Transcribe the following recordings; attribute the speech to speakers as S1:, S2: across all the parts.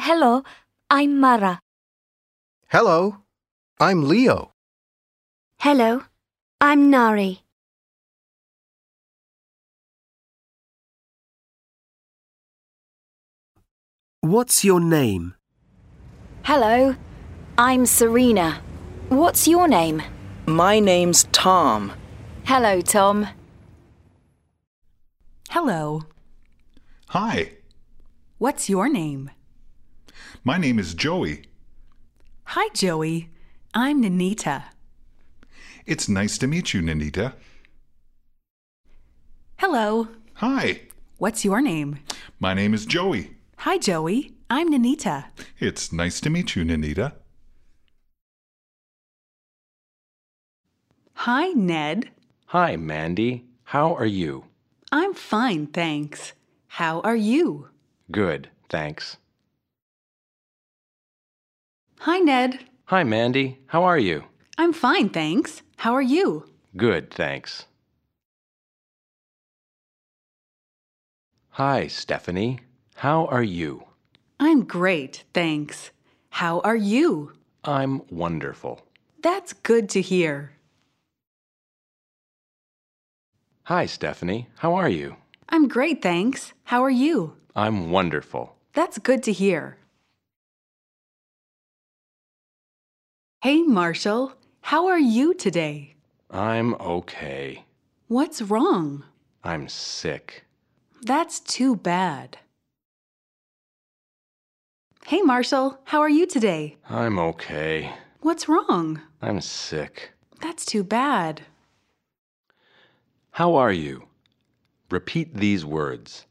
S1: Hello, I'm Mara.
S2: Hello, I'm Leo.
S1: Hello, I'm Nari.
S3: What's your name?
S1: Hello, I'm Serena. What's your name?
S4: My name's Tom.
S1: Hello, Tom.
S5: Hello.
S6: Hi,
S5: What's your name?
S6: my name is Joey.
S5: Hi, Joey. I'm Nanita.
S6: It's nice to meet you, Nanita.
S5: Hello.
S6: Hi,
S5: What's your name?
S6: my name is Joey.
S5: Hi, Joey. I'm Nanita.
S6: It's nice to meet you, Nanita.
S5: Hi, Ned.
S7: Hi, Mandy. How are you?
S5: I'm fine, thanks. How are you?
S7: Good, thanks.
S5: Hi, Ned.
S7: Hi, Mandy. How are you?
S5: I'm fine, thanks. How are you?
S7: Good, thanks. Hi, Stephanie. How are you?
S5: I'm great, thanks. How are you?
S7: I'm wonderful.
S5: That's good to hear.
S7: Hi, Stephanie. How are you?
S5: I'm great, thanks. How are you?
S7: I'm wonderful.
S5: That's good to hear. Hey, Marshall. How are you today?
S7: I'm okay.
S5: What's wrong?
S7: I'm sick.
S5: That's too bad. Hey, Marshall. How are you today?
S7: I'm okay.
S5: What's wrong?
S7: I'm sick.
S5: That's too bad.
S7: How are you? Repeat these words.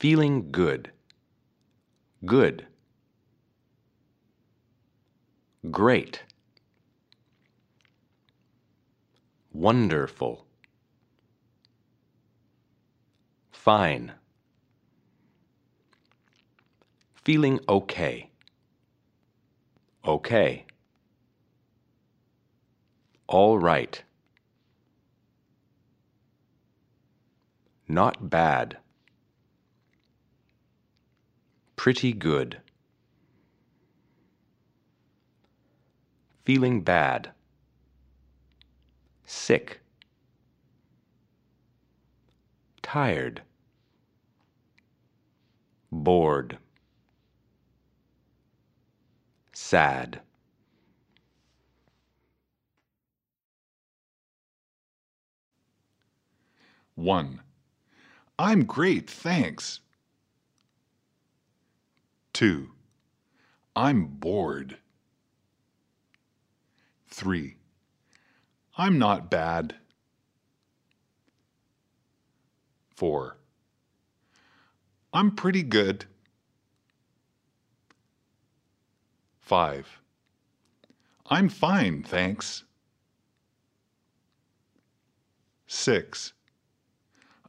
S7: Feeling good. Good. Great. Wonderful. Fine. Feeling okay. Okay. All right. Not bad. Pretty good. Feeling bad. Sick. Tired. Bored. Sad.
S6: One, I'm great, thanks. Two, I'm bored. Three, I'm not bad. Four, I'm pretty good. Five, I'm fine, thanks. Six,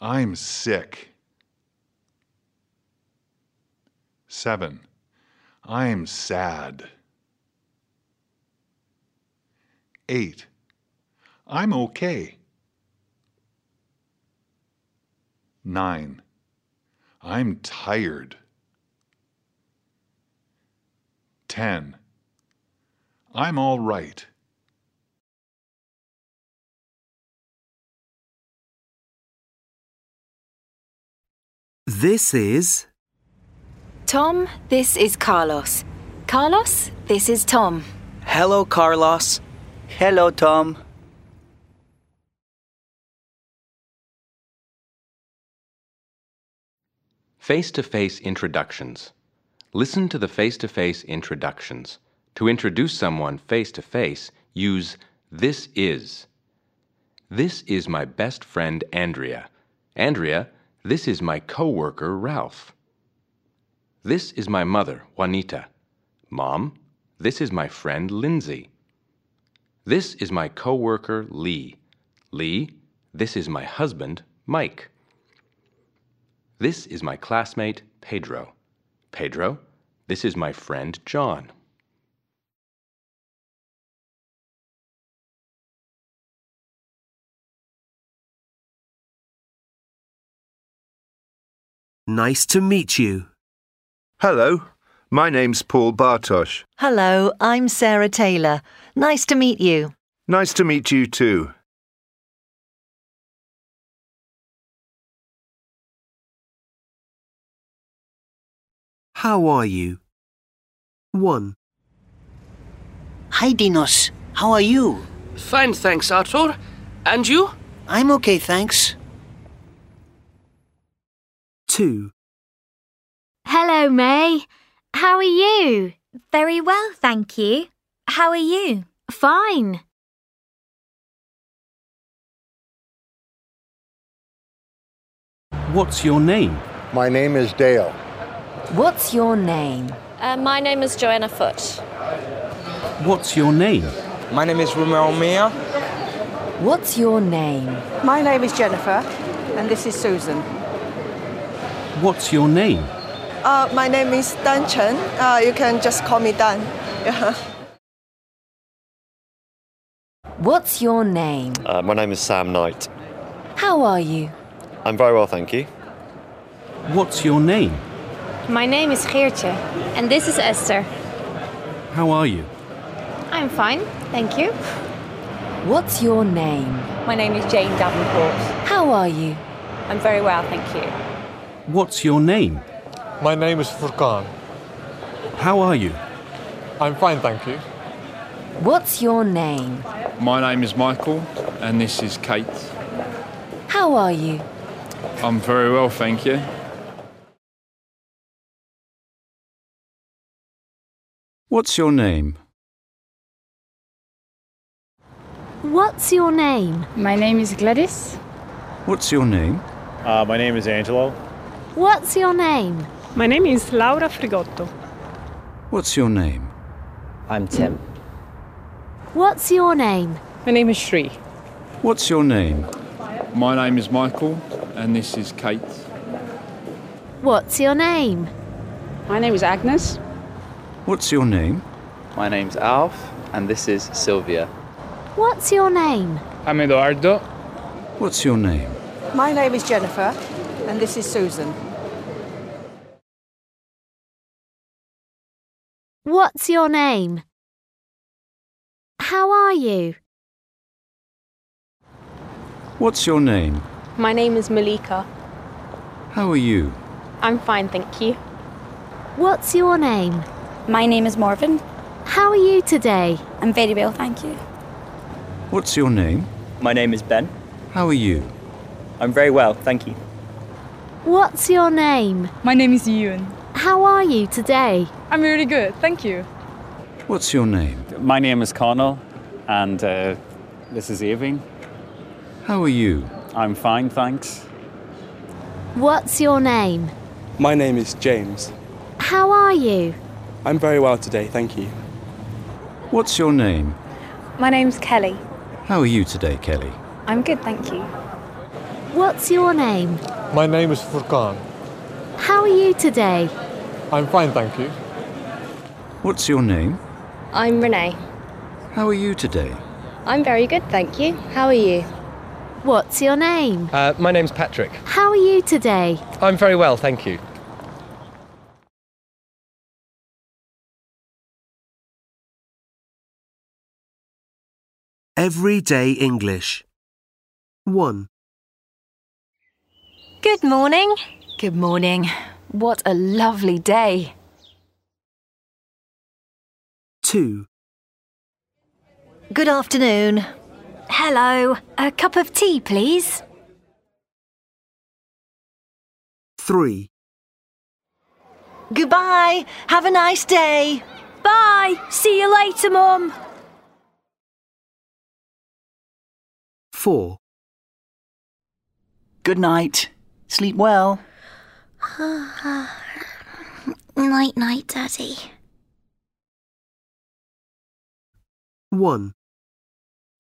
S6: I'm sick. Seven. I'm sad. Eight. I'm okay. Nine. I'm tired. Ten. I'm all right.
S3: This is
S1: Tom, this is Carlos. Carlos, this is Tom.
S4: Hello, Carlos. Hello, Tom.
S7: Face to face introductions. Listen to the face to face introductions. To introduce someone face to face, use this is. This is my best friend Andrea. Andrea, this is my coworker Ralph. This is my mother, Juanita. Mom, this is my friend Lindsay. This is my coworker Lee. Lee, this is my husband, Mike. This is my classmate, Pedro. Pedro, this is my friend, John.
S3: Nice to meet you.
S8: Hello,
S9: My name's Paul Bartosh.
S1: Hello, I'm Sarah Taylor. Nice to meet you.
S9: Nice to meet you too.
S3: How are you? 1.
S10: Hi, Dinos. How are you?
S11: Fine, thanks, Arthur. And you?
S10: I'm okay, thanks.
S3: 2.
S12: Hello, May. How are you? Very well, thank you. How are you? Fine.
S3: What's your name?
S13: My name is Dale.
S14: What's your name?
S15: Uh, my name is Joanna Foot.
S3: What's your name?
S16: My name is Romeo Mia.
S14: What's your name?
S17: My name is Jennifer, and this is Susan.
S3: What's your name?
S18: Uh, my name is Dan Chen. Uh, you can just call me Dan.
S14: What's your name?
S19: Uh, my name is Sam Knight.
S14: How are you?
S19: I'm very well, thank you.
S3: What's your name?
S15: My name is Geertje, and this is Esther.
S3: How are you?
S15: I'm fine, thank you.
S14: What's your name?
S5: My name is Jane Davenport.
S14: How are you?
S5: I'm very well, thank you.
S3: What's your name?
S20: My name is Furkan.
S3: How are you?
S20: I'm fine, thank you.
S14: What's your name?
S7: My name is Michael, and this is Kate.
S14: How are you?
S7: I'm very well, thank you.
S21: What's your name?
S12: What's your name?
S22: My name is Gladys.
S21: What's your name?
S23: Uh, my name is Angelo.
S12: What's your name?
S24: My name is Laura Frigotto.
S21: What's your name?
S25: I'm Tim.
S12: What's your name?
S24: My name is Shri.
S21: What's your name?
S7: My name is Michael, and this is Kate.
S12: What's your name?
S24: My name is Agnes.
S21: What's your name?
S25: My name's Alf, and this is Sylvia.
S12: What's your name?
S7: I'm Eduardo.
S21: What's your name?
S17: My name is Jennifer, and this is Susan.
S12: What's your name? How are you?
S21: What's your name?
S24: My name is Malika.
S21: How are you?
S24: I'm fine, thank you.
S12: What's your name?
S26: My name is Morven.
S12: How are you today?
S26: I'm very well, thank you.
S21: What's your name?
S25: My name is Ben.
S21: How are you?
S25: I'm very well, thank you.
S12: What's your name?
S27: My name is Ewan.
S12: How are you today?
S27: I'm really good, thank you.
S21: What's your name?
S25: My name is Connell, and uh, this is Irving.
S21: How are you?
S25: I'm fine, thanks.
S12: What's your name?
S28: My name is James.
S12: How are you?
S28: I'm very well today, thank you.
S21: What's your name?
S26: My name's Kelly.
S21: How are you today, Kelly?
S26: I'm good, thank you.
S12: What's your name?
S20: My name is Furkan.
S12: How are you today?
S20: I'm fine, thank you.
S21: What's your name?
S26: I'm Renee.
S21: How are you today?
S26: I'm very good, thank you. How are you?
S12: What's your name?
S29: Uh, my name's Patrick.
S12: How are you today?
S29: I'm very well, thank you.
S3: Everyday English. 1.
S14: Good morning. Good morning. What a lovely day.
S3: 2.
S1: Good afternoon.
S12: Hello. A cup of tea, please.
S3: 3.
S1: Goodbye. Have a nice day.
S12: Bye. See you later, Mum.
S3: 4.
S11: Good night. Sleep well.
S26: night, night, Daddy.
S3: 1.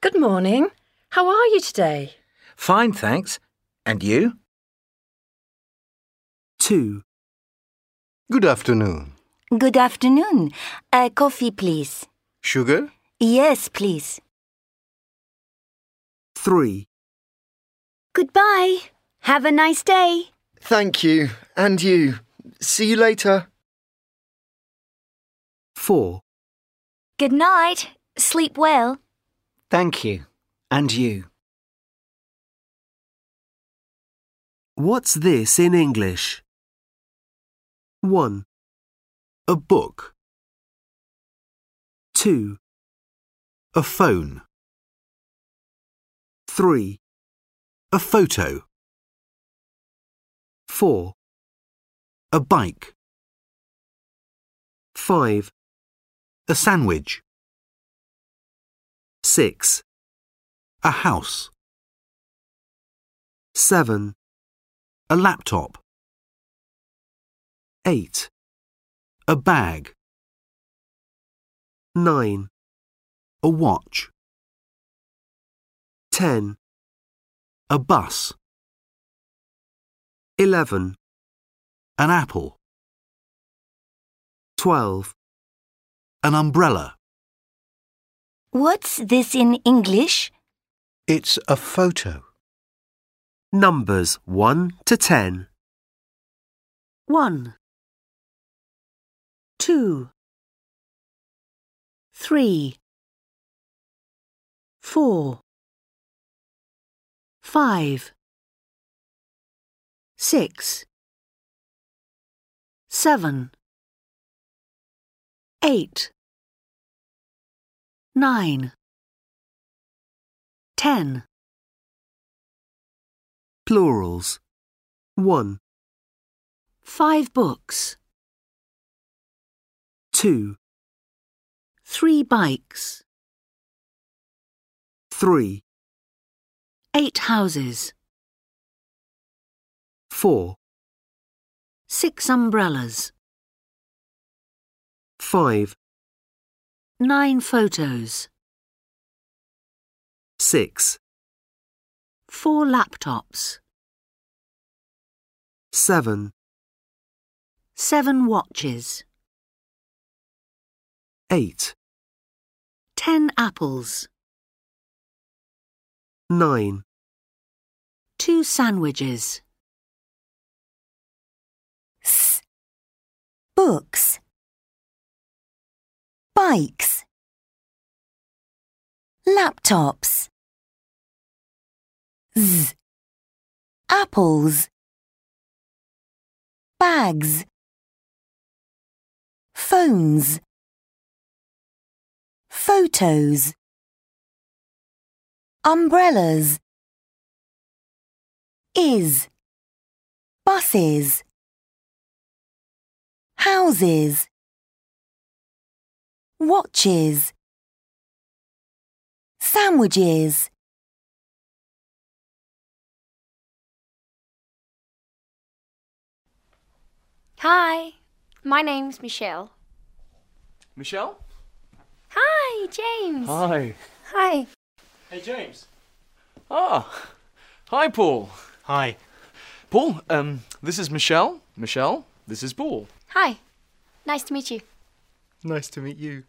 S30: Good morning. How are you today?
S11: Fine, thanks. And you?
S3: 2.
S9: Good afternoon.
S26: Good afternoon. A coffee, please.
S9: Sugar?
S26: Yes, please.
S3: 3.
S12: Goodbye. Have a nice day.
S11: Thank you, and you. See you later.
S3: 4.
S31: Good night. Sleep well.
S32: Thank you. And you.
S3: What's this in English? 1.
S33: A book.
S3: 2,
S33: A phone.
S3: 3,
S33: A photo.
S3: 4,
S33: A bike.
S3: 5,
S33: A sandwich.
S3: 6,
S33: A house.
S3: 7,
S33: A laptop.
S3: 8,
S33: A bag.
S3: 9,
S33: A watch.
S3: 10,
S33: A bus.
S3: 11,
S33: An apple.
S3: 12,
S33: An umbrella.
S34: What's this in English?
S33: It's a photo.
S3: Numbers 1 to 10.
S25: 1 2 3 4 5 6 7 8 9 10
S3: Plurals 1,
S25: Five books.
S3: 2,
S25: Three bikes.
S3: 3,
S25: Eight houses.
S3: 4,
S25: Six umbrellas.
S3: 5,
S25: Nine photos.
S3: 6,
S25: Four laptops.
S3: 7,
S25: Seven watches.
S3: 8,
S25: Ten apples.
S3: 9.
S25: Two sandwiches.
S34: S. Books. Bikes. Laptops. Z. Apples. Bags. Phones. Photos. Umbrellas. Is. Buses. Houses. Watches. Sandwiches.
S12: Hi, my name's Michelle.
S11: Michelle?
S12: Hi, James.
S11: Hi.
S12: Hi.
S11: Hey, James. Ah. Hi, Paul. Hi. Paul, um, this is Michelle. Michelle, this is Paul.
S12: Hi. Nice to meet you.
S11: Nice to meet you.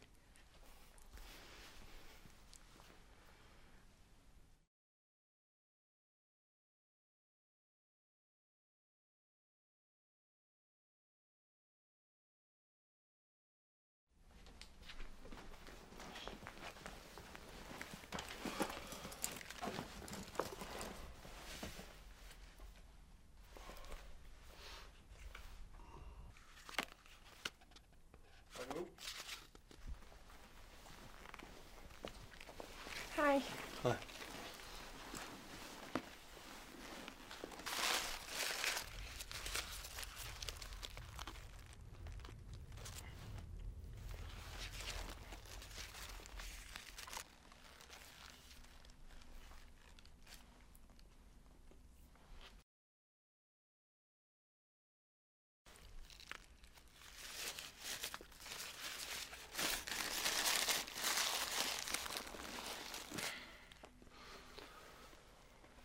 S12: Hi.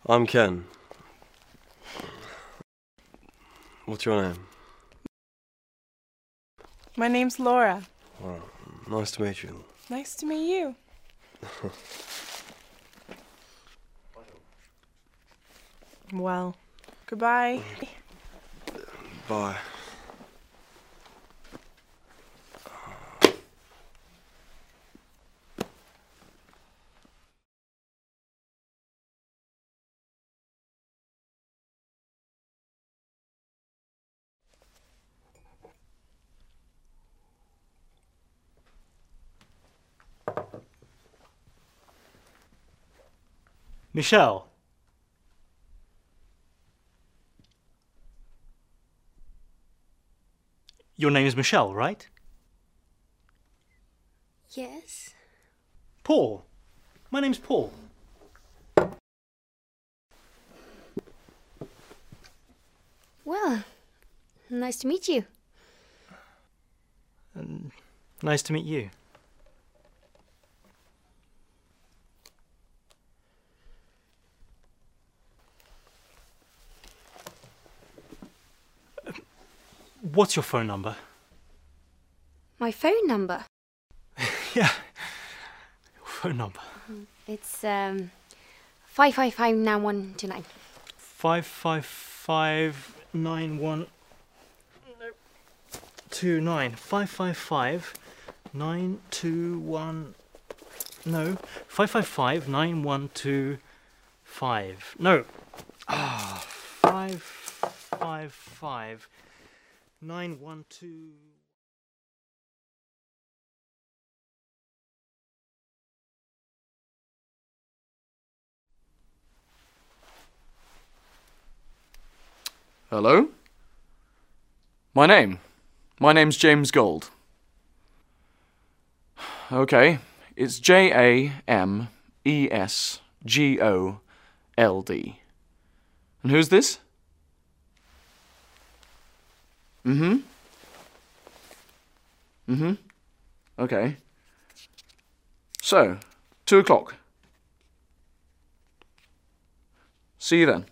S35: I'm Ken. What's your name?
S1: My name's Laura.
S35: Well, nice to meet you.
S1: Nice to meet you. Well, goodbye.
S35: Bye.
S11: Michelle. Your name is Michelle, right?
S12: Yes.
S11: Paul. My name's Paul.
S12: Well, nice to meet you.
S11: And nice to meet you. What's your phone number?
S12: My phone number.
S11: Phone number
S12: It's um five five five nine one two nine.
S11: five five five nine one two nine five five five nine two one no five five five nine one two five no ah five five five nine one two.
S3: Hello? My name? My name's James Gold. Okay, it's J A M E S G O L D. And who's this? Mm hmm. Mm hmm. Okay. So, two o'clock. See you then.